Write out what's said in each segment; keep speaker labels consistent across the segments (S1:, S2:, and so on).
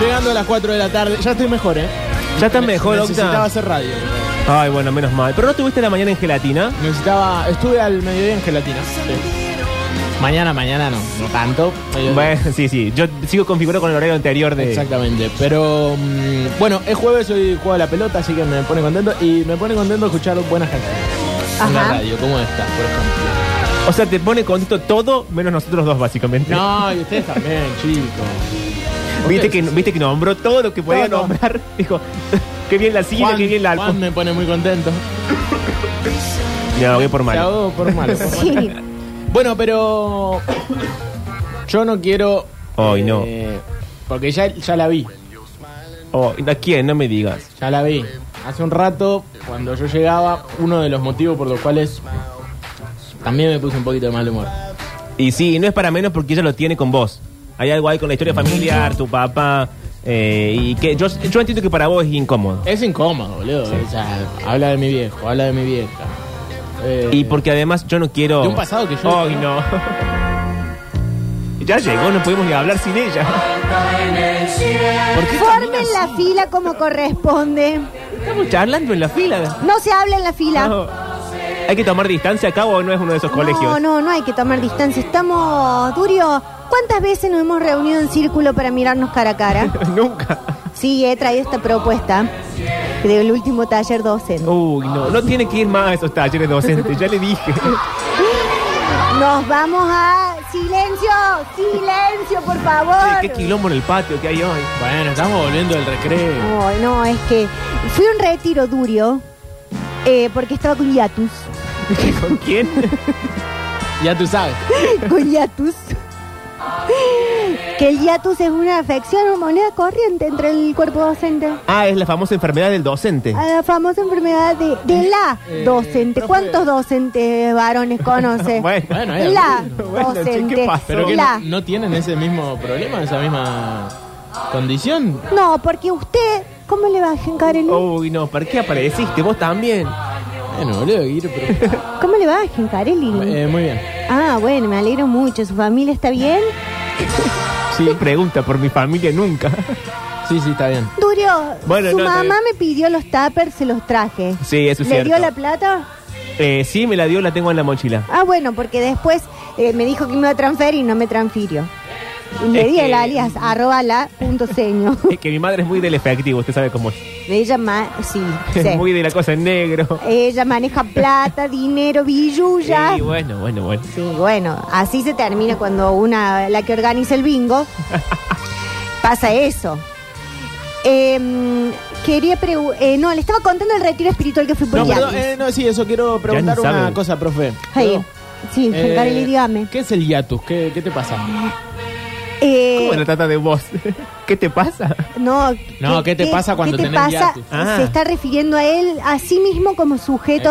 S1: Llegando a las 4 de la tarde. Ya estoy mejor, ¿eh?
S2: ¿Ya estás mejor,
S1: Necesitaba
S2: Octa?
S1: hacer radio.
S2: Ay, bueno, menos mal. ¿Pero no estuviste la mañana en gelatina?
S1: Necesitaba. Estuve al mediodía en gelatina. Mañana, mañana no. No tanto. Mediodía.
S2: Bueno, sí, sí. Yo sigo configurado con el horario anterior de...
S1: Exactamente, pero mm, bueno, es jueves, hoy juego a la pelota, así que me pone contento y me pone contento escuchar buenas canciones en la
S3: Ajá.
S1: radio, como esta, por ejemplo.
S2: O sea, te pone contento todo menos nosotros dos, básicamente.
S1: No, y ustedes también, chicos.
S2: ¿Viste,
S1: ustedes.
S2: que, viste que nombró todo lo que podía
S1: Todo.
S2: nombrar. Dijo, qué bien la silla,
S1: Juan,
S2: qué bien la...
S1: Juan me pone muy contento.
S2: Me ahogué por
S1: Te
S2: mal.
S1: hago por malo. por malo.
S3: Sí.
S1: Bueno, pero yo no quiero...
S2: Ay, no.
S1: eh. Porque ya, ya la vi,
S2: Oh, ¿A quién? No me digas.
S1: ya la vi. Hace un rato, cuando yo llegaba, uno de los motivos por los cuales también me puse un poquito de mal humor.
S2: Y sí, no es para menos porque ella lo tiene con vos. Hay algo ahí con la historia familiar, tu papá. eh, y que yo, yo entiendo que para vos es incómodo.
S1: Es incómodo, boludo. O sea, habla de mi viejo, habla de mi vieja. Eh,
S2: Y porque además yo no quiero.
S1: De un pasado que yo-
S2: Ay, no. ya llegó, no podemos ni hablar sin ella. ¿Por qué camina
S3: Formen
S2: así?
S3: la fila como corresponde.
S2: Estamos charlando en la fila.
S3: No se habla en la fila.
S2: No. ¿Hay que tomar distancia acá o no es uno de esos
S3: No,
S2: colegios?
S3: no, no hay que tomar distancia. Estamos, Durio, ¿cuántas veces nos hemos reunido en círculo para mirarnos cara a cara?
S2: Nunca.
S3: Sí, he traído esta propuesta del último taller docente.
S2: Uy, no. No tiene que ir más a esos talleres docentes, ya le dije.
S3: Nos vamos a... ¡Silencio! ¡Silencio, por favor!
S2: Qué quilombo en el patio que hay hoy.
S1: Bueno, estamos volviendo del recreo.
S3: Ay, no, es que fui a un retiro, Durio, eh, porque estaba con hiatus.
S2: ¿Con quién?
S1: Ya tú sabes.
S3: con hiatus. Que el hiatus es una afección o moneda corriente entre el cuerpo docente.
S2: Ah, es la famosa enfermedad del docente.
S3: A la famosa enfermedad de, de la
S1: Eh,
S3: docente.
S1: profe.
S3: ¿Cuántos docentes eh, varones conoce?
S2: Bueno.
S1: Bueno, hay
S3: la
S1: algunos.
S2: Bueno, che, ¿qué
S3: docente.
S2: pasó?
S1: Pero que
S3: la.
S1: no, no tienen ese mismo problema, esa misma condición.
S3: No, porque usted, ¿cómo le va a Karen?
S2: Uy, no, ¿para qué apareciste? Vos también.
S1: Bueno, boludo, ir, pero.
S3: ¿Cómo le va a Karen?
S1: Eh, muy bien.
S3: Ah, bueno, me alegro mucho. ¿Su familia está bien?
S2: Sí, pregunta por mi familia nunca.
S1: Sí, sí, está bien.
S3: Durio,
S2: Bueno,
S3: su
S2: no, está
S3: mamá me pidió los tuppers, se los traje.
S2: Sí, eso es
S3: ¿Le
S2: cierto.
S3: dio la plata?
S2: Eh, sí, me la dio, la tengo en la mochila.
S3: Ah, bueno, porque después eh, me dijo que me iba a transferir y no me transfirió. Y le
S2: Es
S3: di el
S2: que-
S3: alias arroba la punto seño.
S2: Es que mi madre es muy del efectivo, usted sabe cómo es.
S3: Ella ma sí, sí.
S2: Es muy de la cosa en negro.
S3: Ella maneja plata, dinero, billulla.
S2: Y bueno, bueno, bueno.
S3: Sí, bueno, así se termina cuando una, la que organiza el bingo, pasa eso. Em, quería pregu- eh, no, le estaba contando el retiro espiritual que fui por
S1: No,
S3: allá.
S1: perdón, eh, no, sí, eso quiero preguntar
S2: sabe.
S1: una cosa, profe.
S3: Ay, sí,
S1: Eh,
S3: Carly, dígame.
S1: ¿Qué es el hiatus? ¿Qué, qué te pasa?
S3: Eh,
S2: ¿Cómo la trata de vos? ¿Qué te pasa?
S3: No,
S1: No, ¿qué te pasa cuando
S3: qué te
S1: tenés
S3: pasa?
S1: hiatus?
S2: Ah.
S3: Se está refiriendo a él a sí mismo como sujeto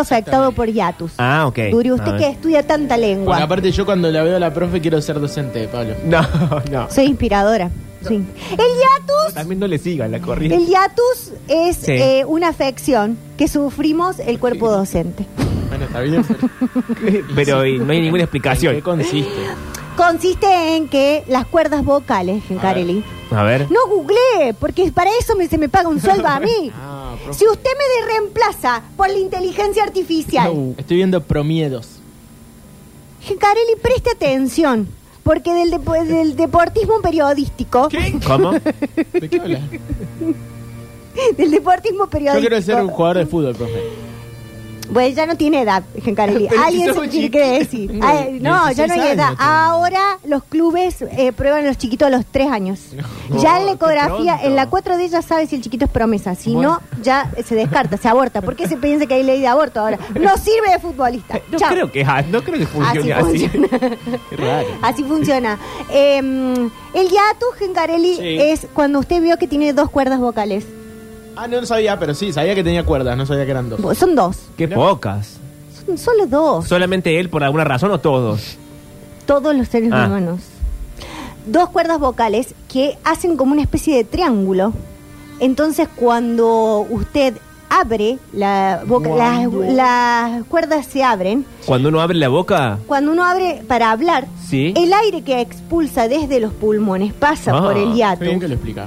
S1: Exactamente.
S3: afectado por hiatus.
S2: Ah, ok.
S3: Duri,
S2: A
S3: usted
S2: ver.
S3: que estudia tanta
S1: Porque
S3: lengua.
S1: aparte, yo cuando la veo a la profe quiero ser docente, Pablo.
S2: No, no.
S3: Soy inspiradora. sí. El hiatus,
S2: También no le sigan la corriente.
S3: el hiatus es
S2: Sí.
S3: eh, una afección que sufrimos el cuerpo docente.
S1: Bueno, está bien.
S2: Pero y no hay ninguna
S1: ¿En qué
S2: explicación.
S1: consiste?
S3: Consiste en que las cuerdas vocales, Gencarelli.
S2: A ver.
S3: No googleé, porque para eso me- se me paga un sueldo a mí.
S1: Ah, profe.
S3: Si usted me de- reemplaza por la inteligencia artificial,
S1: Estoy viendo promiedos.
S3: Carelli, preste atención, porque del, depo- del deportismo periodístico,
S2: ¿Cómo?
S1: ¿De qué hablas?
S3: del deportismo periodístico.
S1: Yo quiero ser un jugador de fútbol, profe.
S3: Bueno, ya no tiene edad, Gencarelli.
S1: Pero si
S3: Alguien
S1: sos
S3: se tiene
S1: chiquito.
S3: que decir.
S1: Tengo
S3: Ay, no, ya
S1: 16
S3: no hay edad.
S1: años tengo.
S3: Ahora los clubes eh, prueban a los chiquitos a los 3 años. ya en la
S2: qué
S3: ecografía,
S2: pronto.
S3: en la 4D ya sabe si el chiquito es promesa. Si
S2: Bueno.
S3: no, ya se descarta, se aborta. ¿Por qué se piensa que hay ley de aborto ahora? No sirve de futbolista.
S2: Eh, No
S3: Chao. Ah,
S2: creo que, ah, no creo que funcione
S3: Así
S2: así.
S1: Qué raro.
S3: Así funciona. Eh, el hiatus, Gencarelli,
S1: Sí.
S3: es cuando usted vio que tiene dos cuerdas vocales.
S1: Ah, no lo sabía, pero sí, sabía que tenía cuerdas, no sabía que eran dos.
S3: Bo- Son dos.
S2: Qué
S1: No.
S2: pocas.
S3: Son solo dos.
S2: ¿Solamente él por alguna razón o todos?
S3: Todos los seres
S2: Ah.
S3: humanos. Dos cuerdas vocales que hacen como una especie de triángulo. Entonces, cuando usted abre la boca, las, las cuerdas se abren.
S2: Cuando uno abre la boca,
S3: Cuando uno abre para hablar,
S2: Sí.
S3: el aire que expulsa desde los pulmones pasa
S2: Ah,
S3: por el
S2: qué
S1: Qué bien
S3: hiatus.
S1: que lo explica.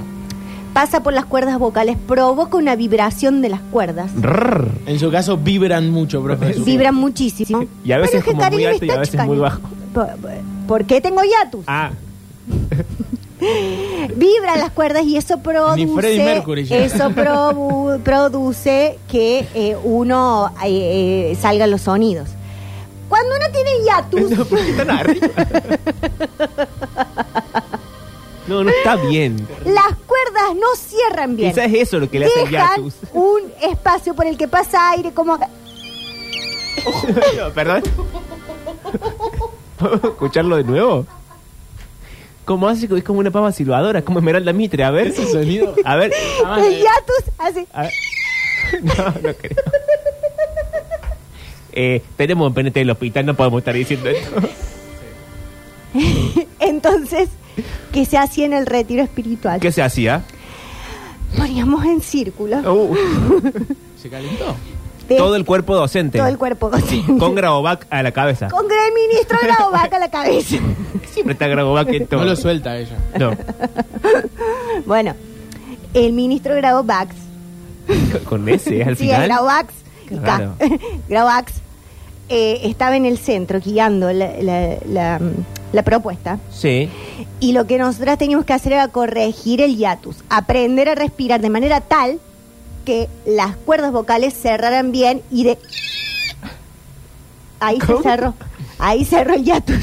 S3: pasa por las cuerdas vocales, provoca una vibración de las cuerdas.
S1: En su caso vibran mucho, profe.
S3: Vibran muchísimo.
S2: Y a veces
S3: Pero es que
S2: como muy
S3: Karina
S2: alto y a
S3: está
S2: veces muy
S3: chicana.
S2: bajo.
S3: ¿Por, por qué tengo hiatus?
S2: Ah,
S3: Vibran las cuerdas y eso produce.
S1: Ni Freddie Mercury llega.
S3: eso probu- produce que eh, uno eh, eh, salga los sonidos. Cuando uno tiene hiatus.
S2: no, ¿por qué tan arriba? No, no está bien.
S3: Las cuerdas no cierran bien.
S2: Quizás es eso lo que le hace el
S3: Dejan
S2: hiatus. Ah,
S3: un espacio por el que pasa aire como...
S2: No, Perdón. ¿Puedo escucharlo de nuevo? ¿Cómo hace? Es como una pava silbadora, como Esmeralda Mitre. A ver.
S1: Ese sonido. Ah,
S2: A ver.
S3: El hiatus hace...
S2: A ver. No, no creo. Eh, tenemos un penete del hospital, no podemos estar diciendo esto.
S3: Entonces, ¿qué se hacía en el retiro espiritual?
S2: ¿Qué se hacía?
S3: Poníamos en círculo
S2: Uh,
S1: Se calentó.
S3: de-
S2: todo el cuerpo docente.
S3: todo el cuerpo.
S2: Con Grabovac a la cabeza.
S3: Con el ministro de la vaca a la cabeza.
S2: Siempre está Grabovac en todo.
S1: No lo suelta ella.
S2: No.
S3: Bueno, el ministro Graubax.
S2: Con ese al
S3: Sí, el
S2: final.
S3: Graubax.
S2: Qué
S3: y K.
S2: raro.
S3: Graubax, eh, estaba en el centro guiando la- la- la- la propuesta.
S2: Sí.
S3: Y lo que nosotras teníamos que hacer era corregir el hiatus, aprender a respirar de manera tal que las cuerdas vocales cerraran bien y de... Ahí se cerró, ahí cerró el hiatus.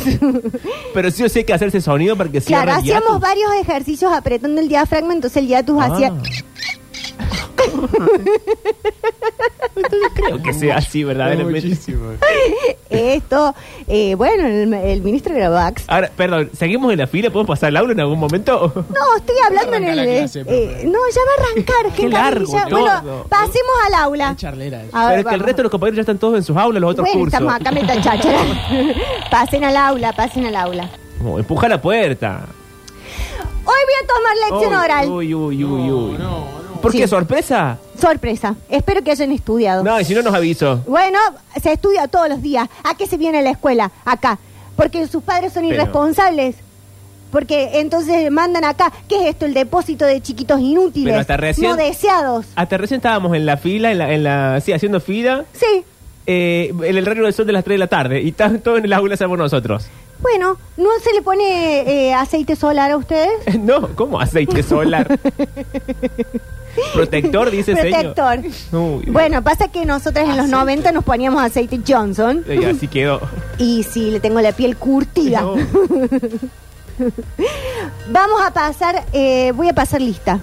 S2: Pero sí o sí hay que hacerse sonido para que
S3: claro,
S2: cierre el
S3: hacíamos
S2: hiatus.
S3: varios ejercicios apretando el diafragma, entonces el hiatus hacía...
S2: Ah. Creo que sea así, verdaderamente.
S1: Muchísimo.
S3: Esto, eh, bueno, el, el ministro Gravax.
S2: Ahora, perdón, ¿seguimos en la fila? ¿Podemos pasar Laura en algún momento?
S3: No, estoy hablando en
S1: Arranca
S3: el...
S1: la
S3: eh,
S1: clase, profe.
S3: eh, no, ya va a arrancar.
S2: Qué
S3: gente,
S2: largo
S3: ya- bueno,
S2: todo.
S3: pasemos al aula.
S1: Qué charlera es.
S3: A
S2: Pero
S3: ver,
S2: es que el
S3: vamos.
S2: resto de los compañeros ya están todos en sus aulas, los otros
S3: bueno,
S2: cursos.
S3: estamos acá meta cháchara. pasen al aula, pasen al aula.
S2: No, Oh, empuja la puerta.
S3: Hoy voy a tomar lección
S2: Uy,
S3: oral.
S2: Uy, uy, uy, uy.
S1: No, no.
S2: ¿Por
S3: Sí.
S2: qué? ¿Sorpresa?
S3: Sorpresa. Espero que hayan estudiado.
S2: No, y si no nos aviso.
S3: Bueno, se estudia todos los días. ¿A qué se viene a la escuela? Acá. Porque sus padres son
S2: Pero-
S3: irresponsables. Porque entonces mandan acá. ¿Qué es esto? El depósito de chiquitos inútiles.
S2: Pero hasta recién-
S3: No deseados.
S2: Hasta recién estábamos en la fila, en la, en la sí, haciendo fila,
S3: Sí.
S2: eh, en el radio del sol de las 3 de la tarde. Y están todos en el aula, salvo nosotros.
S3: Bueno, ¿no se le pone eh, aceite solar a ustedes?
S2: No, ¿cómo aceite solar? Protector, dice señor.
S3: Protector.
S2: Uy.
S3: Bueno, pasa que nosotras en los 90 nos poníamos aceite Johnson.
S2: Y eh, así quedó.
S3: Y sí, le tengo la piel curtida.
S2: No.
S3: Vamos a pasar, eh, voy a pasar lista.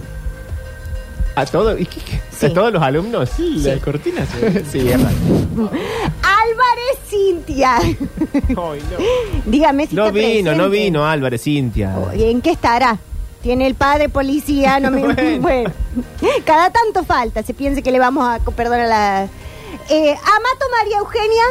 S2: ¿A, todo, ¿y qué- qué?
S3: Sí.
S2: ¿A todos los alumnos? Sí,
S1: La cortina se
S2: sí es raro.
S3: Álvarez Cintia.
S2: Ay, no.
S3: Dígame si
S2: No
S3: está
S2: vino, no
S3: presente.
S2: vino Álvarez, Cintia.
S3: ¿En qué estará? Tiene el padre policía, no me... bueno.
S2: Bueno.
S3: Cada tanto falta, se piense que le vamos a... Perdón a la... Eh, Amato María Eugenia.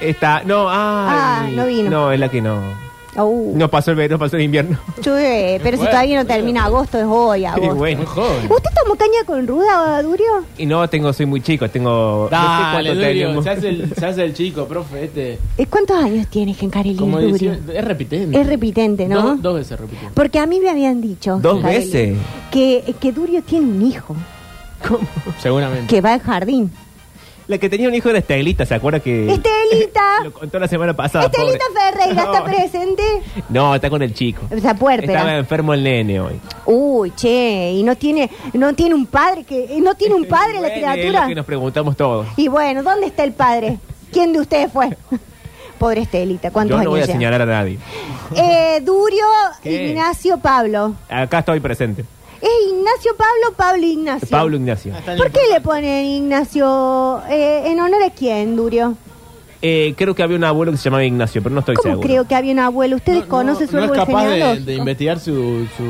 S2: Está, no,
S3: Ah,
S2: ay.
S3: no vino.
S2: No, es la que no.
S3: Oh,
S2: No pasó el verano, pasó el invierno.
S3: che, pero si
S1: Bueno,
S3: todavía no termina agosto, es hoy
S2: Y
S3: agosto.
S1: Muy
S2: bueno.
S1: joven.
S3: ¿Usted tomó caña con ruda, Durio?
S2: Y no, tengo, soy muy chico, tengo.
S1: Dale,
S2: no sé cuánto
S1: Durio,
S2: tenemos.
S1: se hace, el, se hace el chico, profe, este.
S3: Eh, ¿Cuántos años tiene Gencarelli
S1: Como
S3: Durio?
S1: decía, es repitente.
S3: Es repitente, ¿no?
S1: Dos, dos veces repitente.
S3: Porque a mí me habían dicho.
S2: Dos
S3: Jaeli,
S2: veces.
S3: Que, que Durio tiene un hijo
S1: Seguramente.
S3: que va al jardín.
S2: La que tenía un hijo era Estelita, ¿se acuerda que.
S3: Estelita.
S2: Lo contó la semana pasada.
S3: Estelita
S2: pobre.
S3: Ferreira está
S2: No.
S3: presente.
S2: No, está con el chico.
S3: Esa
S2: Estaba
S3: puérpera.
S2: enfermo el nene hoy.
S3: Uy, che, y no tiene, no tiene un padre que, eh, no tiene un padre la
S2: Bueno, es lo
S3: criatura.
S2: que nos preguntamos todos.
S3: Y bueno, ¿dónde está el padre? ¿Quién de ustedes fue? Pobre Estelita,
S2: Yo
S3: ¿cuántos
S2: no voy a
S3: años lleva?
S2: señalar a nadie.
S3: Eh, Durio,
S2: ¿Qué?
S3: Ignacio, Pablo.
S2: Acá estoy presente.
S3: ¿Es Ignacio Pablo, Pablo Ignacio?
S2: Pablo Ignacio.
S1: Hasta
S3: ¿Por qué le ponen Ignacio? Eh, ¿En honor a quién, Durio?
S2: Eh, creo que había un abuelo que se llamaba Ignacio, pero no estoy
S3: ¿Cómo
S2: seguro.
S3: creo que había un abuelo? ¿Ustedes conocen su
S1: no es
S3: árbol
S1: capaz de,
S3: genealógico?
S1: de investigar su, su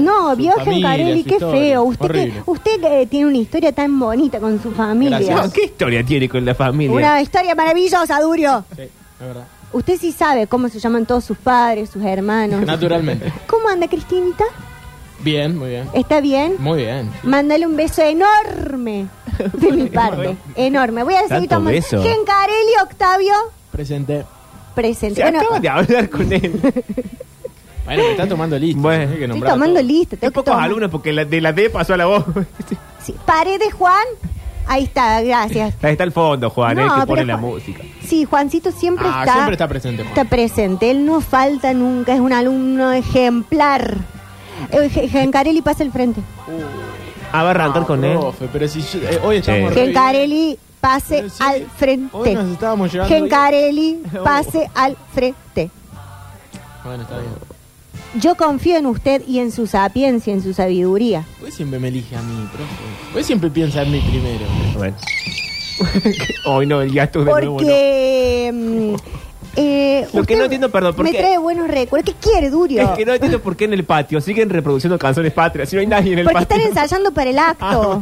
S3: no,
S1: su
S3: vio
S1: familia,
S3: Giancarelli,
S1: su
S3: qué
S1: historia.
S3: feo. Usted, que,
S1: Horrible.
S3: usted que tiene una historia tan bonita con su familia.
S1: Gracias.
S2: No, ¿Qué historia tiene con la familia?
S3: Una historia maravillosa, Durio.
S1: Sí, la verdad.
S3: Usted sí sabe cómo se llaman todos sus padres, sus hermanos.
S1: Naturalmente.
S3: ¿Cómo anda Cristinita?
S1: Bien, muy bien.
S3: ¿Está bien?
S1: Muy bien.
S3: Mándale un beso enorme de mi parte. Enorme. Voy a seguir
S2: Tanto
S3: tomando.
S2: beso.
S3: Gencarelli, Octavio,
S1: Presente.
S3: presente.
S2: Se
S3: Bueno,
S2: acaba de hablar con él.
S1: Bueno, me está tomando listo.
S2: Bueno.
S1: tenés que
S3: Estoy
S1: nombrar a
S3: tomando
S1: todos.
S3: lista.
S2: Hay
S3: tengo que
S2: pocos
S3: tomar.
S2: alumnos porque la- de la D pasó a la O.
S3: Sí. Paredes, Juan. Ahí está, gracias.
S2: Ahí está el fondo, Juan,
S3: No,
S2: el que
S3: pero
S2: pone la
S3: Juan-
S2: música.
S3: Sí, Juancito siempre
S1: Ah,
S3: está.
S1: siempre está presente, Juan.
S3: Está presente. Él no falta nunca. Es un alumno ejemplar. Eh, Gen- Gencarelli pasa al frente.
S2: Ah, va a arrancar con él.
S1: Profe, pero si yo- eh, hoy estamos
S2: Sí.
S1: re bien.
S3: Gencarelli pase
S1: Pero sí,
S3: al
S1: Hoy
S3: frente.
S1: nos estábamos llevando. bien.
S3: Gencarelli pase al frente.
S1: Bueno, está bien.
S3: Yo confío en usted y en su sapiencia, en su sabiduría.
S1: Hoy siempre me elige a mí, profe. Hoy siempre piensa en mí primero.
S2: Bueno. Hoy no, el gasto de nuevo. no.
S3: Porque. mm, eh,
S2: Lo que
S3: usted
S2: no entiendo, perdón, ¿por
S3: Me
S2: qué?
S3: trae buenos recuerdos. ¿Qué quiere, Durio?
S2: Es que no entiendo por qué en el patio siguen reproduciendo canciones patrias. Si no hay nadie en el
S3: Porque
S2: patio.
S3: están ensayando para el
S2: Ah,
S3: acto.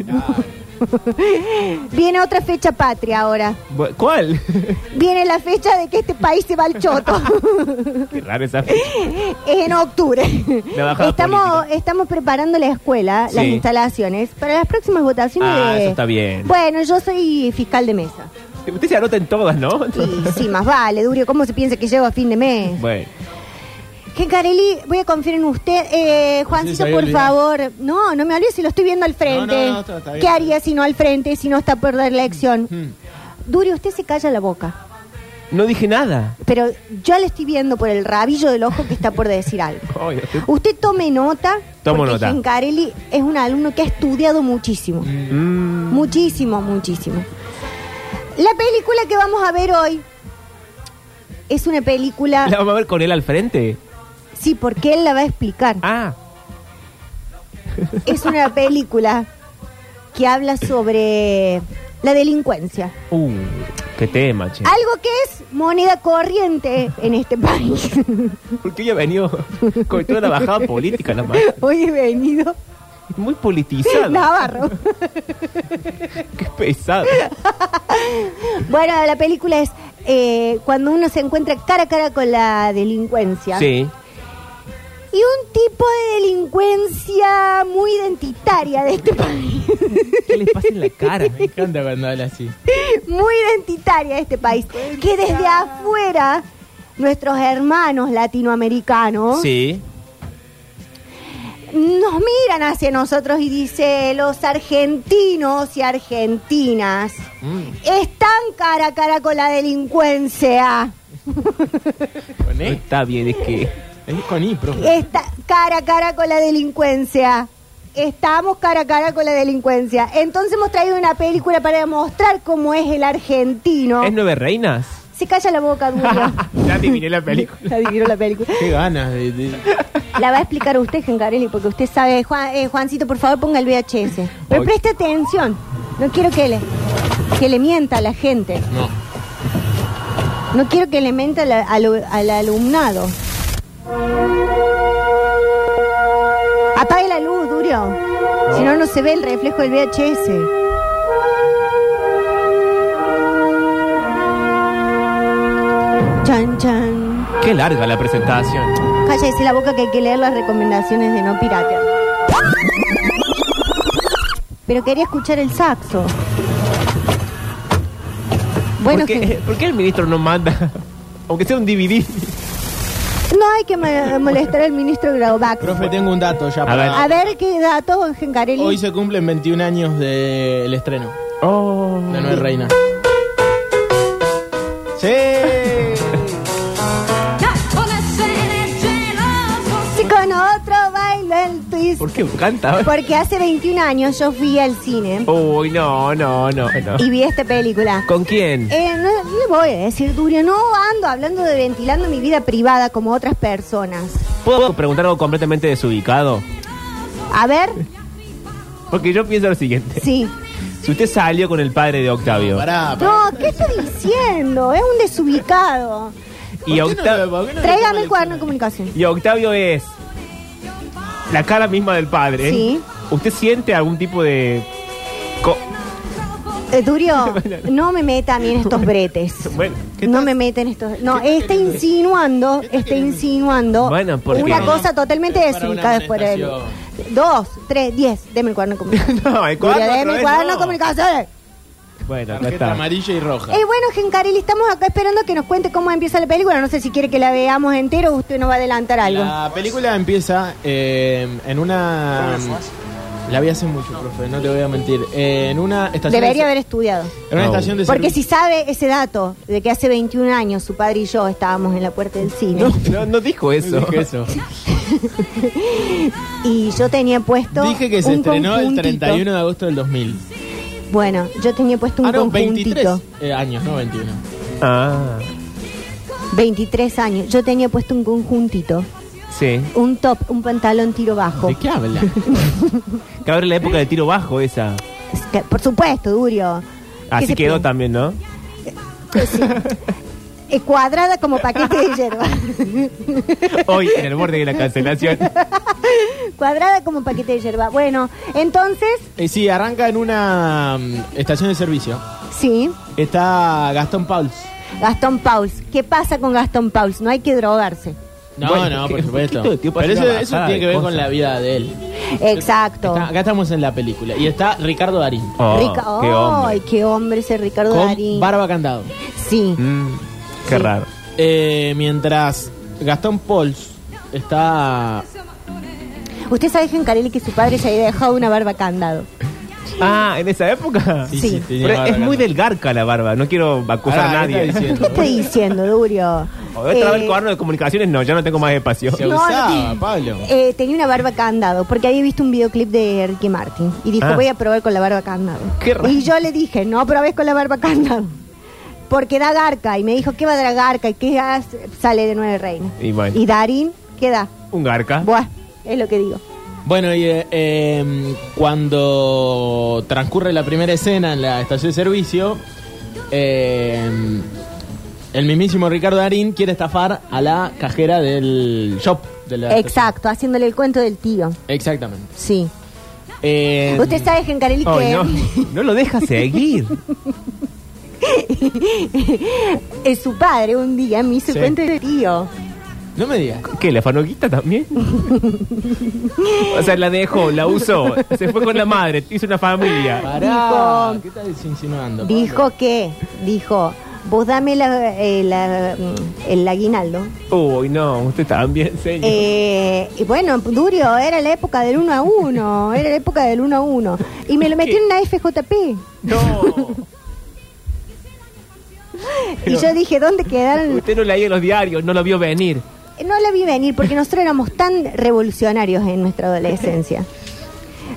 S3: Viene otra fecha patria ahora.
S2: Bu- ¿Cuál?
S3: Viene la fecha de que este país se va al choto.
S2: Qué raro esa fecha.
S3: es en octubre.
S2: La bajada
S3: Estamos,
S2: política.
S3: estamos preparando la escuela,
S2: Sí.
S3: las instalaciones, para las próximas votaciones.
S2: Ah,
S3: de-
S2: eso está bien.
S3: Bueno, yo soy fiscal de mesa.
S2: Usted se anota en todas, ¿no?
S3: Y sí, más vale, Durio, ¿cómo se piensa que llego a fin de mes?
S2: Bueno.
S3: Que Carelli, voy a confiar en usted. Eh,
S1: Sí, se
S3: Juancito,
S1: había
S3: por
S1: olvidado.
S3: favor. No, no me olvides si lo estoy viendo al frente.
S1: No, no, no, está- está bien.
S3: ¿Qué haría si no al frente, si no está por la elección?
S1: Hmm.
S3: Durio, usted se calla la boca.
S2: No dije nada.
S3: Pero yo le estoy viendo por el rabillo del ojo que está por decir algo.
S2: Ay, usted-
S3: Usted tome nota.
S2: Tomo
S3: porque
S2: nota.
S3: Gencarelli es un alumno que ha estudiado muchísimo.
S2: Mm.
S3: Muchísimo, muchísimo. La película que vamos a ver hoy es una película.
S2: ¿La vamos a ver con él al frente?
S3: Sí, porque él la va a explicar.
S2: Ah,
S3: Es una película que habla sobre la delincuencia.
S2: uh, qué tema, che.
S3: Algo que es moneda corriente en este país.
S2: Porque hoy ha venido con toda la bajada política, la más.
S3: Hoy he venido
S2: Muy politizado.
S3: Navarro.
S2: Qué pesado.
S3: Bueno, la película es eh, cuando uno se encuentra cara a cara con la delincuencia.
S2: Sí.
S3: Y un tipo de delincuencia muy identitaria de este país.
S2: ¿Qué les pasa en la cara?
S1: Me encanta cuando habla así.
S3: muy identitaria de este país. Que desde afuera, nuestros hermanos latinoamericanos
S2: Sí.
S3: nos miran hacia nosotros y dice, los argentinos y argentinas
S1: Mm,
S3: están cara a cara con la delincuencia.
S1: con
S2: No
S1: E.
S2: está bien, es que.
S1: Es con I, profe.
S3: Está cara a cara con la delincuencia. Estamos cara a cara con la delincuencia. Entonces hemos traído una película para demostrar cómo es el argentino.
S2: ¿Es Nueve Reinas?
S3: Se calla la boca, Durio.
S2: ya adiviné la película.
S3: Ya adivinó la película.
S1: Qué ganas de. de-
S3: La va a explicar usted, Gencarelli, porque usted sabe. Juan- eh, Juancito, por favor, ponga el VHS. Pero
S2: Hoy.
S3: preste atención. No quiero que le, que le mienta a la gente.
S1: No.
S3: No quiero que le mienta a la- al, al alumnado. Apague la luz, Durio. Si no, no se ve el reflejo del VHS. Chan, chan.
S2: Qué larga la presentación.
S3: Cállese la boca que hay que leer las recomendaciones de no piratear. Pero quería escuchar el saxo. Bueno,
S2: ¿Por qué,
S3: que-
S2: por qué el ministro no manda? Aunque sea un DVD.
S3: no hay que ma- molestar al ministro Graubax.
S1: Profe, tengo un dato ya
S2: A
S1: para.
S2: ver.
S3: A ver qué dato, Gencarelli.
S1: Hoy se cumplen 21 años del estreno.
S2: Oh.
S1: La nueva reina. ¡Sí!
S3: Sí, con otro bailo el twist.
S2: ¿Por qué canta?
S3: Porque hace 21 años yo fui al cine
S2: Uy, no, no, no,
S1: Ah.
S2: no.
S3: y vi esta película.
S2: ¿Con quién?
S3: Eh, no, no le voy a decir, Durio, no ando hablando de ventilando mi vida privada como otras personas.
S2: ¿Puedo preguntar algo completamente desubicado?
S3: A ver,
S2: Porque yo pienso lo siguiente.
S1: Este,
S3: sí.
S2: Si usted salió con el padre de Octavio
S1: Pará, pará.
S3: No, ¿qué está diciendo? Es un desubicado.
S2: y,
S1: ¿Por qué no
S2: Octa-
S1: lo- por qué no lo toma
S3: Tráigame el
S1: lección?
S3: cuaderno de comunicación.
S2: y Octavio es la cara misma del padre,
S3: Sí.
S2: ¿usted siente algún tipo de... co-
S3: Eh, Durio, no me meta a mí en estos bretes.
S2: bueno, ¿qué
S3: No
S2: tal?
S3: me meten estos. No, está insinuando, está insinuando
S2: Bueno, porque-
S3: una cosa totalmente
S1: Pero para una
S3: desubicada por él.
S1: amonestación.
S3: Dos, tres, diez, deme el cuaderno de comunicación.
S2: no, el cuadro
S3: Mira,
S2: otra
S3: deme el
S2: vez
S3: cuaderno
S2: no.
S3: de comunicación.
S2: Bueno, ya
S1: Tarjeta
S2: está.
S1: amarilla y roja.
S3: Eh, bueno, Gencarelli, estamos acá esperando que nos cuente cómo empieza la película. No sé si quiere que la veamos entero o usted nos va a adelantar algo.
S1: La película empieza eh, en una. La vi hace mucho, profe, no te voy a mentir. Eh, en una estación.
S3: Debería
S1: de,
S3: haber estudiado.
S1: En una
S2: No.
S1: estación de
S3: Porque
S1: servi-
S3: si sabe ese dato de que hace 21 años su padre y yo estábamos en la puerta del cine
S2: No, no, no dijo eso.
S1: Dije eso.
S3: y yo tenía puesto.
S1: Dije que se
S3: un
S1: estrenó el
S3: conjuntito.
S1: 31 de agosto del 2000.
S3: Bueno, yo tenía puesto un
S1: ah, no,
S3: conjuntito.
S1: 23 eh, años, no 21.
S2: Ah,
S3: 23 años. Yo tenía puesto un conjuntito.
S2: sí.
S3: Un top, un pantalón tiro bajo.
S1: ¿De qué habla?
S2: Cabrón, la época de tiro bajo esa.
S3: Es que, Por supuesto, Durio. ¿Qué
S2: Así
S3: se
S2: quedó
S3: piensa?
S2: también, ¿no?
S3: Eh, cuadrada como paquete de hierba.
S2: Hoy, en el borde de la cancelación.
S3: cuadrada como paquete de hierba. Bueno, entonces,
S1: Eh, sí, arranca en una mm, estación de servicio.
S3: sí,
S1: Está Gastón Pauls.
S3: Gastón Pauls. ¿Qué pasa con Gastón Pauls? No hay que drogarse.
S1: No,
S2: Bueno,
S1: no,
S2: que-
S1: por supuesto.
S2: que todo el tiempo
S1: Pero
S2: hace
S1: eso,
S2: una
S1: eso
S2: basada
S1: tiene que
S2: de
S1: ver con
S2: cosas.
S1: la vida de él.
S3: Exacto.
S1: Está- acá estamos en la película. Y está Ricardo Darín.
S2: Oh,
S3: Rica-
S2: qué
S3: Ay,
S2: hombre.
S3: qué hombre ese Ricardo
S1: Con
S3: Darín.
S1: barba candado.
S3: Sí.
S2: Mm, qué
S3: Sí.
S2: raro.
S1: Eh, mientras Gastón Pauls está.
S3: Usted sabe, Gencarelli, que su padre se había dejado una barba candado.
S2: Ah, en esa época.
S3: Sí.
S1: tenía
S2: Pero
S1: barba
S2: es muy
S1: candado.
S2: del garca la barba, no quiero acusar
S1: Pará,
S2: a
S1: ¿qué
S2: nadie.
S1: está
S3: ¿Qué
S1: diciendo?
S3: está diciendo, Durio?
S2: Otra vez el
S3: Eh,
S2: cuaderno de comunicaciones, no, ya no tengo más espacio.
S1: Se usaba, Pablo.
S3: eh, tenía una barba candado porque había visto un videoclip de Ricky Martin y dijo
S2: Ah.
S3: voy a probar con la barba candado
S2: Qué raro.
S3: y yo le dije no probes con la barba candado porque da garca y me dijo qué va a dar garca y qué hace? sale de nueve reinas
S2: Y bueno.
S3: y Darín qué da
S2: Un garca.
S3: Buah, es lo que digo
S1: Bueno, y eh, eh, cuando transcurre la primera escena en la estación de servicio, eh, el mismísimo Ricardo Darín quiere estafar a la cajera del shop. De la
S3: exacto haciéndole el cuento del tío
S1: estación. Exactamente.
S3: sí
S1: Eh,
S3: usted sabe Gencarelli
S2: Ay,
S3: que
S2: no, no lo deja seguir.
S3: eh, su padre un día me hizo
S1: Sí.
S3: el cuento del tío
S1: No me digas.
S2: ¿Qué? ¿La fanoguita también? o sea, la dejó, la usó, se fue con la madre, hizo una familia.
S1: Pará.
S3: Dijo-
S1: ¿Qué estás insinuando? Pablo?
S3: dijo que dijo vos dame la, eh, la- el aguinaldo
S2: Uy, no, usted también, señor.
S3: Eh, y bueno, Durio, era la época del 1 a 1, era la época del 1 a 1. Y me lo metió en una FJP.
S2: no,
S3: Y yo dije, ¿dónde quedaron?
S2: usted no leía los diarios, no lo vio venir.
S3: No la vi venir porque nosotros éramos tan revolucionarios en nuestra adolescencia.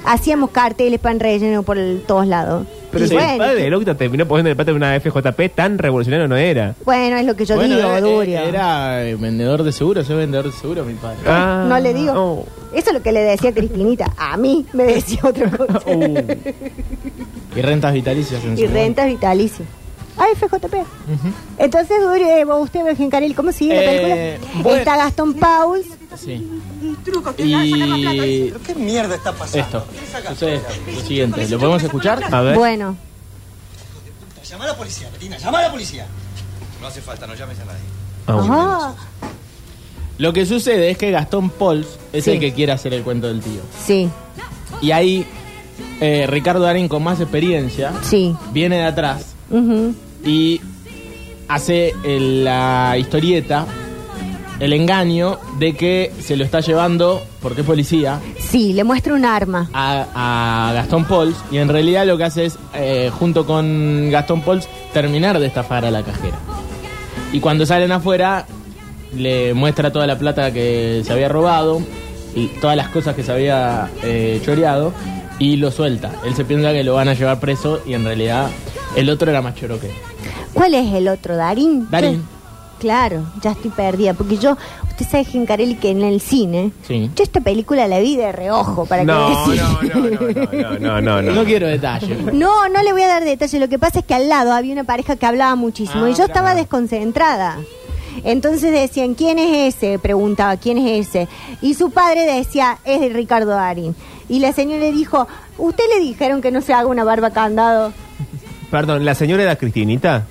S3: Hacíamos carteles, pan relleno por el- todos lados.
S2: Pero
S3: Y
S2: si el
S3: bueno,
S2: padre de Locta terminó poniendo el pato de una FJP, tan revolucionario no era.
S3: bueno, es lo que yo
S1: Bueno,
S3: digo,
S1: eh,
S3: Durio.
S1: Era eh, vendedor de seguros, soy vendedor de seguros, mi padre.
S2: Ah,
S3: no le digo.
S2: oh.
S3: Eso es lo que le decía Cristinita. A mí me decía otra cosa.
S2: Uh,
S1: Y rentas vitalicias. en su
S3: y
S1: momento.
S3: rentas vitalicias. Ah, FJP.
S1: Ujú.
S3: Entonces, Durio, eh, vos, usted, Virgen Caril, ¿cómo sigue la
S1: Eh,
S3: película?
S1: bueno.
S3: Está Gastón Pauls.
S1: Sí.
S4: trucos que usaban para sacar la plata.
S1: Y
S4: ¿Qué mierda está pasando?
S1: esto. Entonces, lo siguiente. ¿Lo podemos escuchar?
S2: a ver.
S3: Bueno,
S4: Llama a la policía, Betina, llama a la policía.
S5: No hace falta, no llames a nadie.
S2: Ah, bueno.
S3: Ajá.
S1: Lo que sucede es que Gastón Pols es
S3: Sí.
S1: el que quiere hacer el cuento del tío.
S3: sí,
S1: Y ahí eh, Ricardo Darín, con más experiencia,
S3: sí.
S1: viene de atrás
S3: Ujú.
S1: y hace el- la historieta, el engaño de que se lo está llevando, porque es policía,
S3: Sí, le muestra un arma.
S1: a, a Gastón Pols. Y en realidad lo que hace es, eh, junto con Gastón Pols, terminar de estafar a la cajera. Y cuando salen afuera, le muestra toda la plata que se había robado y todas las cosas que se había eh, choreado y lo suelta. Él se piensa que lo van a llevar preso y en realidad el otro era más choro que él.
S3: ¿Cuál es el otro? ¿Darín?
S1: Darín.
S3: ¿Qué? Claro, ya estoy perdida. Porque yo, usted sabe, Gencarelli, que en el cine,
S1: Sí.
S3: yo esta película la vi de reojo, para
S2: No,
S3: que decir.
S2: no, no, no, no, no, no, no.
S1: No quiero detalles.
S3: No, no le voy a dar detalles. Lo que pasa es que al lado había una pareja que hablaba muchísimo
S1: Ah,
S3: y yo
S1: mirá.
S3: estaba desconcentrada. Entonces decían, ¿quién es ese? Preguntaba, ¿quién es ese? Y su padre decía, es de Ricardo Darín. Y la señora le dijo, ¿usted le dijeron que no se haga una barba candado?
S2: Perdón, ¿la señora era Cristinita?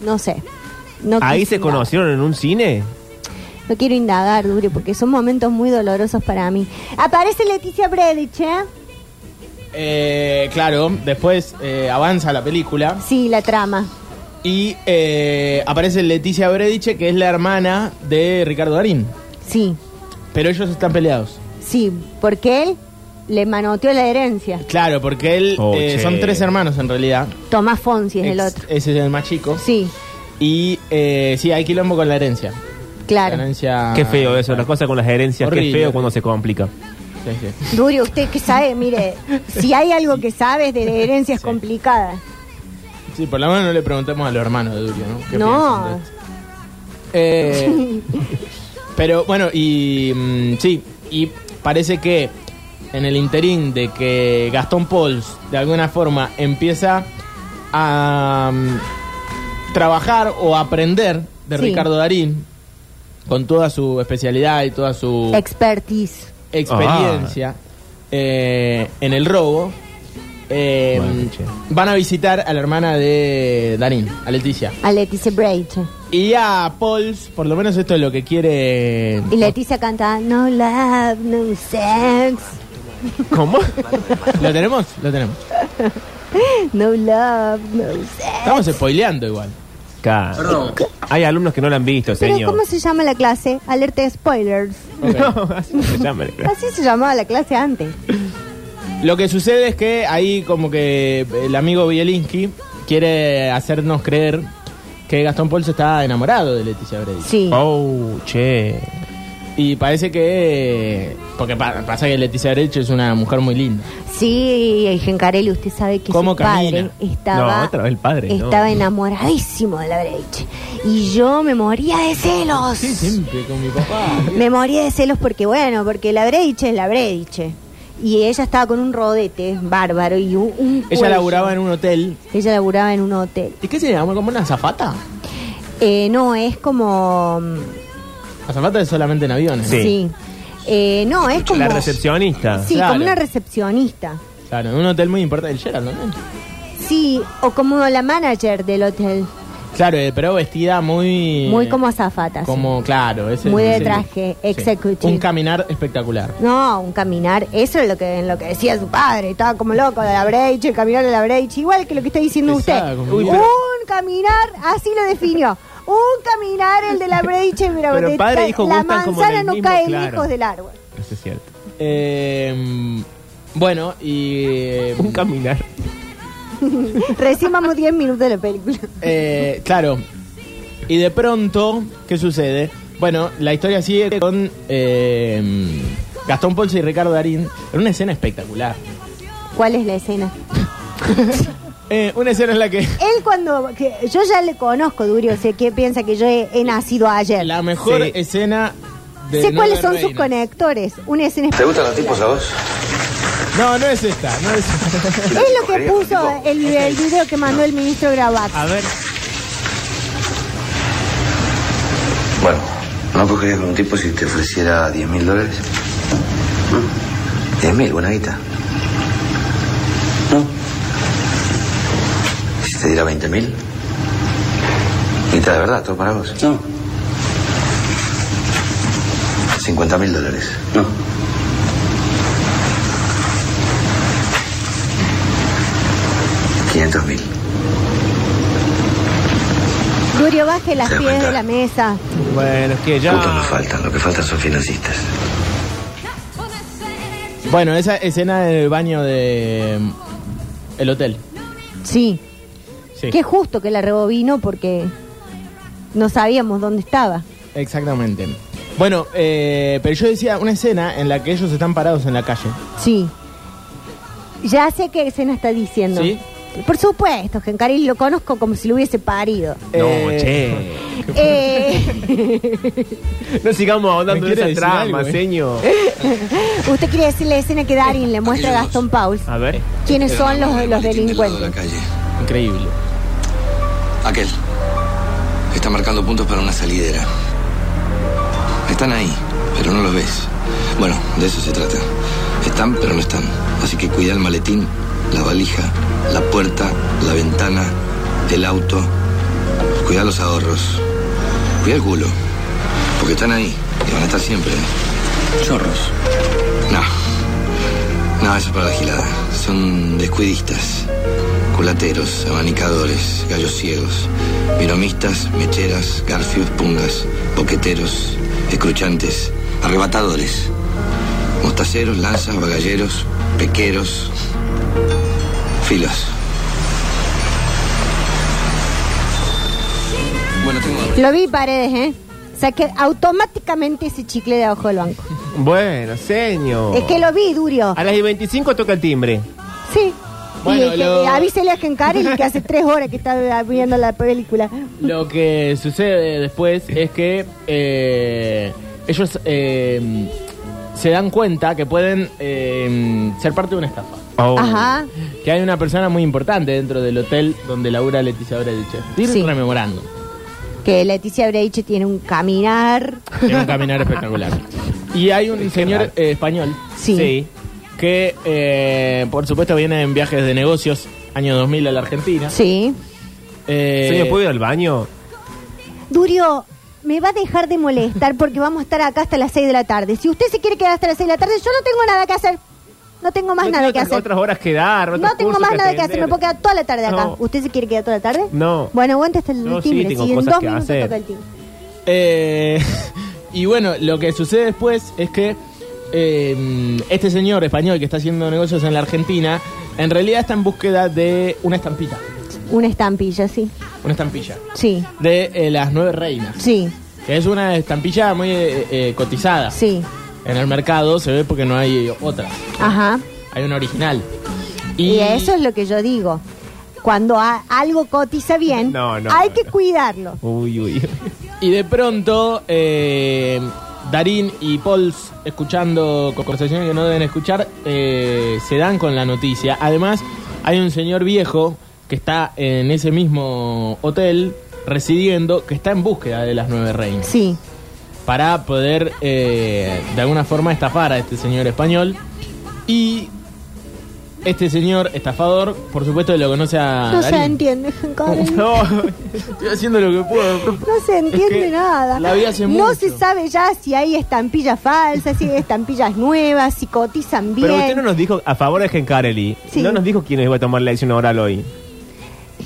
S3: No sé. No
S2: ¿Ahí
S3: quise
S2: se
S3: indagar.
S2: conocieron en un cine?
S3: No quiero indagar, Dure, porque son momentos muy dolorosos para mí. Aparece Leticia Bredich, ¿eh?
S1: eh, claro, después eh, avanza la película
S3: Sí, la trama.
S1: y eh, aparece Leticia Brediche, que es la hermana de Ricardo Darín.
S3: Sí,
S1: Pero ellos están peleados.
S3: sí, porque él le manoteó la herencia.
S1: Claro, porque él.
S2: Oh,
S1: eh,
S2: che.
S1: son tres hermanos en realidad.
S3: Tomás Fonsi es el
S1: Ex-
S3: otro.
S1: Ese es el más chico.
S3: Sí,
S1: Y eh, sí, hay quilombo con la herencia. La
S3: claro.
S1: herencia.
S2: Qué feo eso, las cosas con las herencias, qué
S1: Ah, Horrible.
S2: feo cuando se complica.
S1: Sí, sí.
S3: Durio, usted que sabe, mire, si hay algo que sabes de herencias complicadas.
S1: Sí, por lo menos no le preguntamos a los hermanos de Durio, ¿no? ¿Qué
S3: No.
S1: piensan de esto? Eh, pero bueno, y mm, sí, y parece que en el interín de que Gastón Pauls de alguna forma empieza a mm, trabajar o aprender de
S3: Sí.
S1: Ricardo Darín con toda su especialidad y toda su
S3: Expertise.
S1: experiencia eh, en el robo, eh,
S2: Bueno, che.
S1: van a visitar a la hermana de Darín, a Leticia.
S3: A Leticia Braid.
S1: Y a Pauls, por lo menos esto es lo que quiere.
S3: Y Leticia canta No love, no sex.
S2: ¿Cómo?
S1: ¿Lo tenemos? Lo tenemos.
S3: No love, no sex.
S1: Estamos spoileando igual.
S2: Ca- Hay alumnos que no lo han visto,
S3: Pero
S2: señor.
S3: ¿cómo se llama la clase? Alerta de spoilers.
S2: No, así no se llama.
S3: Así se llamaba la clase antes.
S1: Lo que sucede es que ahí como que el amigo Bielinski quiere hacernos creer que Gastón Pauls está enamorado de Leticia Bredick.
S3: Sí.
S2: Oh, che.
S1: Y parece que... Porque pa- pasa que Leticia Bredick es una mujer muy linda.
S3: Sí, el Gencarelli, usted sabe que
S1: ¿Cómo
S3: su padre
S1: camina?
S3: estaba,
S2: No, otra vez el padre, no.
S3: estaba enamoradísimo de la Breche. Y yo me moría de celos.
S1: Sí, siempre con mi papá.
S3: Me moría de celos porque, bueno, porque la Breche es la Breche. Y ella estaba con un rodete bárbaro y un, un
S1: Ella
S3: cuello.
S1: laburaba en un hotel.
S3: Ella laburaba en un hotel.
S1: ¿Y qué se llama? ¿Como una azafata?
S3: Eh, no, es como...
S1: Azafata es solamente en aviones.
S2: Sí.
S3: Sí. Eh, no, es como...
S2: La recepcionista.
S3: Sí,
S1: Claro.
S3: como una recepcionista.
S1: Claro, en un hotel muy importante. El Gerald, ¿no?
S3: Sí, o como la manager del hotel.
S1: Claro, eh, pero vestida muy... eh,
S3: Muy como azafatas.
S1: Como, claro. ese-
S3: Muy de
S1: ese-
S3: traje,
S1: sí.
S3: executive.
S1: Un caminar espectacular.
S3: No, un caminar, eso es lo que, en lo que decía su padre, estaba como loco de la brecha, el caminar de la brecha, igual que lo que está diciendo
S1: Pesada,
S3: usted.
S1: como
S3: un
S1: mierda.
S3: caminar, así lo definió. Un caminar el de la brecha, mira,
S2: Pero
S3: de-
S2: padre e hijo
S3: la
S2: gustan como
S3: manzana
S2: del
S3: no
S2: mismo,
S3: cae
S2: claro.
S3: lejos del árbol.
S2: Eso es cierto.
S1: Eh, bueno, y...
S2: Un caminar.
S3: Recién vamos 10 minutos de la película.
S1: Eh, claro. Y de pronto, ¿qué sucede? Bueno, la historia sigue con eh, Gastón Polso y Ricardo Darín en una escena espectacular.
S3: ¿Cuál es la escena?
S1: Eh, una escena en la que
S3: Él cuando, que yo ya le conozco, Durio, sé que piensa que yo he, he nacido ayer.
S1: la mejor
S2: Sí.
S1: escena de
S3: sé
S1: Nueve
S3: cuáles son sus
S1: Reinas.
S3: conectores. Una escena
S5: ¿Te gustan los tipos a vos?
S1: No, no es esta, no es
S3: Es lo que puso eh. el, el video que mandó el ministro Grabat.
S2: A ver.
S5: Bueno, ¿no cogerías con un tipo si te ofreciera 10 mil dólares? ¿No? 10 mil, buena guita. ¿No? ¿Si te diera 20 mil? Guita de verdad, todo para vos. No. 50 mil dólares. No. ¿500 mil?
S3: Durio, baje las
S5: ¿Te das
S3: pies
S5: cuenta?
S3: de la mesa.
S2: Bueno, es que
S5: Putos no
S2: ya.
S5: faltan, lo que faltan son financistas.
S1: Bueno, esa escena del baño de mm, el hotel.
S3: Sí.
S1: Sí.
S3: Qué justo que la rebobino porque no sabíamos dónde estaba.
S1: Exactamente. Bueno, eh, pero yo decía una escena en la que ellos están parados en la calle.
S3: Sí. Ya sé qué escena está diciendo.
S1: Sí.
S3: Por supuesto, Gencaril lo conozco como si lo hubiese parido.
S2: No,
S1: Eh,
S2: che.
S3: Eh,
S2: No sigamos ahondando
S1: ¿Me
S2: en
S1: quiere
S2: esa
S1: decir
S2: trama,
S1: algo, eh?
S2: señor.
S3: usted quiere decir la escena que Darín le muestra a Gastón Pauls.
S1: Ah,
S2: A ver.
S3: ¿Quiénes son los, los delincuentes?
S5: calle.
S1: Increíble.
S5: Aquel. Está marcando puntos para una salidera. Están ahí, pero no los ves. Bueno, de eso se trata. Están, pero no están. Así que cuida el maletín, la valija, la puerta, la ventana, el auto. Cuida los ahorros. Cuida el culo. Porque están ahí y van a estar siempre. Chorros. No. No, ¿eh? No, eso es para la gilada. Son descuidistas, culateros, abanicadores, gallos ciegos, viromistas, mecheras, garfios, pungas, boqueteros, escruchantes, arrebatadores, mostaceros, lanzas, bagalleros, pequeros, filos. Bueno, tengo hambre.
S3: Lo vi paredes, ¿eh? Saqué automáticamente ese chicle de abajo del banco.
S2: Bueno, señor.
S3: Es que lo vi, Durio.
S2: A las y 25 toca el timbre.
S3: Sí.
S1: Bueno,
S3: y que,
S1: lo-
S3: eh, avísele a Gencarelli que hace tres horas que está viendo la película.
S1: Lo que sucede después es que eh, ellos eh, se dan cuenta que pueden eh, ser parte de una estafa.
S2: Oh.
S3: Ajá.
S1: Que hay una persona muy importante dentro del hotel donde labura Leticia Bredeche. Estoy
S3: Sí.
S1: rememorando.
S3: Que Leticia Breiche tiene un caminar.
S1: Tiene un caminar espectacular. Y hay un señor eh, español
S3: Sí.
S1: que, eh, por supuesto, viene en viajes de negocios año 2000 a la Argentina.
S3: Sí.
S1: Eh,
S2: Señor, ¿puedo ir al baño?
S3: Durio, me va a dejar de molestar porque vamos a estar acá hasta las 6 de la tarde. Si usted se quiere quedar hasta las 6 de la tarde, yo no tengo nada que hacer. No tengo más
S2: No
S3: nada
S2: tengo
S3: que
S2: otras-
S3: hacer.
S2: Otras horas que dar. otros
S3: No tengo
S2: cursos
S3: más nada que
S2: atender.
S3: hacer, me puedo quedar toda la tarde acá.
S2: No.
S3: ¿Usted se quiere quedar toda la tarde?
S2: No.
S3: Bueno, aguante hasta el
S2: Yo sí
S3: timbre.
S2: tengo
S3: si en
S2: cosas
S3: dos
S2: que
S3: minutos
S2: hacer.
S3: toca el timbre.
S1: Eh, y bueno, lo que sucede después es que eh, este señor español que está haciendo negocios en la Argentina, en realidad está en búsqueda de una estampita,
S3: Una estampilla, sí.
S1: una estampilla,
S3: Sí,
S1: de eh, las nueve reinas,
S3: sí,
S1: que es una estampilla muy eh, eh, cotizada.
S3: sí.
S1: En el mercado se ve porque no hay otra,
S2: Ah.
S3: Ajá.
S1: hay una original.
S3: Y, eso es lo que yo digo. Cuando a- algo cotiza bien,
S2: No, no,
S3: hay
S2: no,
S3: que
S2: no.
S3: cuidarlo.
S2: Uy, uy.
S1: Y de pronto, eh, Darín y Pauls, escuchando conversaciones que no deben escuchar, eh, se dan con la noticia. Además, hay un señor viejo que está en ese mismo hotel residiendo, que está en búsqueda de las nueve reinas.
S3: Sí,
S1: Para poder, eh, de alguna forma, estafar a este señor español. Y este señor estafador, por supuesto, lo conoce a
S3: no se
S1: Darín.
S3: entiende, Karen.
S1: Ah, No, estoy haciendo lo que puedo.
S3: No se entiende
S1: Es que
S3: nada.
S1: la vi hace
S3: no
S1: mucho.
S3: se sabe ya si hay estampillas falsas, si hay estampillas nuevas, si cotizan bien.
S2: Pero usted no nos dijo, a favor de Gencarelli,
S3: Sí.
S2: no nos dijo quién nos iba a tomar la decisión oral hoy.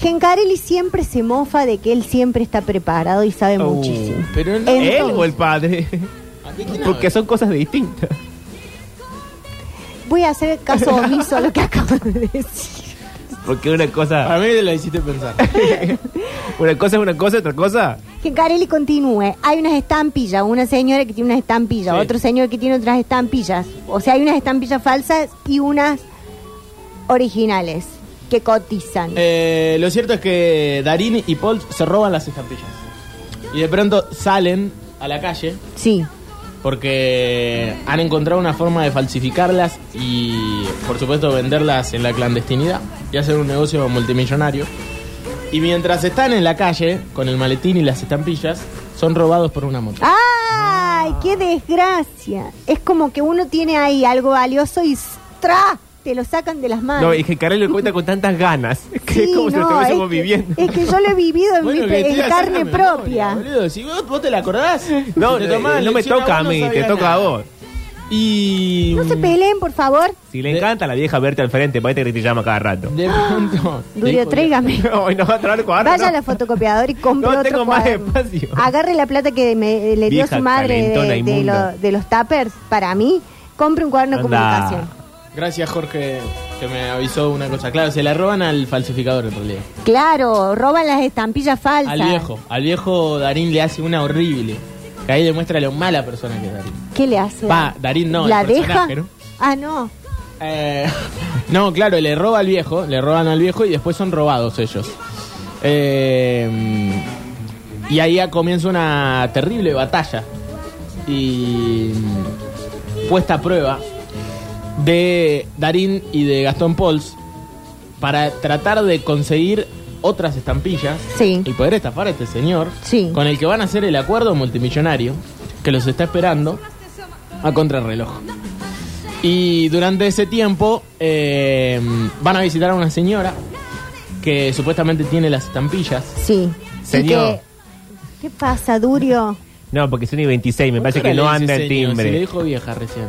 S3: Gencarelli siempre se mofa de que él siempre está preparado y sabe
S2: Oh,
S1: Uh.
S3: muchísimo.
S1: pero no-
S3: Entonces,
S2: ¿Él o el padre? Porque son cosas distintas.
S3: Voy a hacer caso omiso a lo que acabo de decir.
S2: Porque una
S1: A
S2: cosa,
S1: mí lo hiciste pensar.
S2: una cosa es una cosa, otra cosa.
S3: Gencarelli continúe. Hay unas estampillas, una señora que tiene unas estampillas,
S1: Sí.
S3: otro señor que tiene otras estampillas. O sea, hay unas estampillas falsas y unas originales que cotizan.
S1: Eh, lo cierto es que Darín y Paul se roban las estampillas. Y de pronto salen a la calle
S3: Sí.
S1: porque han encontrado una forma de falsificarlas y, por supuesto, venderlas en la clandestinidad y hacer un negocio multimillonario. Y mientras están en la calle con el maletín y las estampillas, son robados por una moto. Ah.
S3: ¡Ay, qué desgracia! Es como que uno tiene ahí algo valioso y ¡tra! Te lo sacan de las manos.
S2: No, y Gencarelli lo cuenta con tantas ganas, que es
S3: Ah. Sí,
S2: como si lo
S3: no,
S2: estuviésemos
S3: es que-
S2: viviendo.
S3: Es que yo lo he vivido
S2: Ah,
S3: en,
S1: Bueno,
S3: mi-
S1: que
S3: en
S1: estoy haciendo
S3: carne
S1: memoria,
S3: propia.
S1: boludo. Si vos, vos te la acordás,
S2: No,
S1: si te
S2: eh,
S1: tomás la
S2: no me
S1: lección
S2: toca a
S1: vos, no
S2: mí, te
S1: sabías
S2: toca a
S1: nada.
S2: vos.
S1: Y.
S3: No se peleen, por favor.
S2: Si le
S1: De-
S2: encanta a la vieja verte al frente, parece que te llama cada rato.
S1: De pronto.
S3: Durio, tráigame.
S2: Hoy nos va a traer cuadro.
S3: Vaya
S2: ¿no?
S3: a la fotocopiadora y compre
S2: No
S3: otro
S2: tengo más
S3: cuaderno.
S2: espacio.
S3: Agarre la plata que me- eh, le dio
S2: Vieja
S3: su madre
S2: calentona
S3: de, de
S2: inmunda.
S3: lo- de los tappers para mí. Compre un cuaderno de
S2: Anda.
S3: comunicación.
S1: Gracias, Jorge, que me avisó una cosa. Claro, se la roban al falsificador en realidad.
S3: Claro, roban las estampillas falsas.
S1: Al viejo. Al viejo Darín le hace una horrible. Que ahí demuestra lo mala persona que es Darín.
S3: ¿Qué le hace?
S1: Va, Darín no,
S3: ¿La
S1: el
S3: deja?
S1: personaje, ¿no?
S3: Ah, no.
S1: Eh, no, claro, le roba al viejo, le roban al viejo y después son robados ellos. Eh, y ahí ya comienza una terrible batalla y mm, puesta a prueba de Darín y de Gastón Pols para tratar de conseguir otras estampillas
S3: Sí.
S1: y poder estafar a este señor
S3: Sí.
S1: con el que van a hacer el acuerdo multimillonario que los está esperando a contrarreloj. Y durante ese tiempo eh, van a visitar a una señora que supuestamente tiene las estampillas.
S3: Sí. Y
S2: Señor.
S3: que- ¿Qué pasa, Durio?
S2: No, porque son y 26, me parece que
S1: Le
S2: no
S1: dice
S2: anda el
S1: señor, si le
S2: timbre.
S1: dijo vieja recién.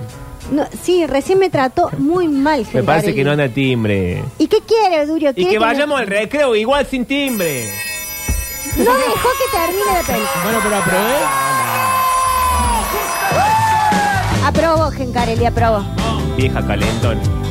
S3: No, sí, recién me trató muy mal.
S2: Me
S3: Gil
S2: parece
S3: Garelli.
S2: que no anda timbre.
S3: ¿Y qué quiere, Durio?
S2: Y
S3: ¿Quiere
S2: que
S3: me-
S2: vayamos al recreo igual sin timbre.
S3: No dejó que termine la película.
S1: Bueno, pero aprobé.
S3: Aprobó, Gencarelli, aprobó.
S2: Vieja calentón.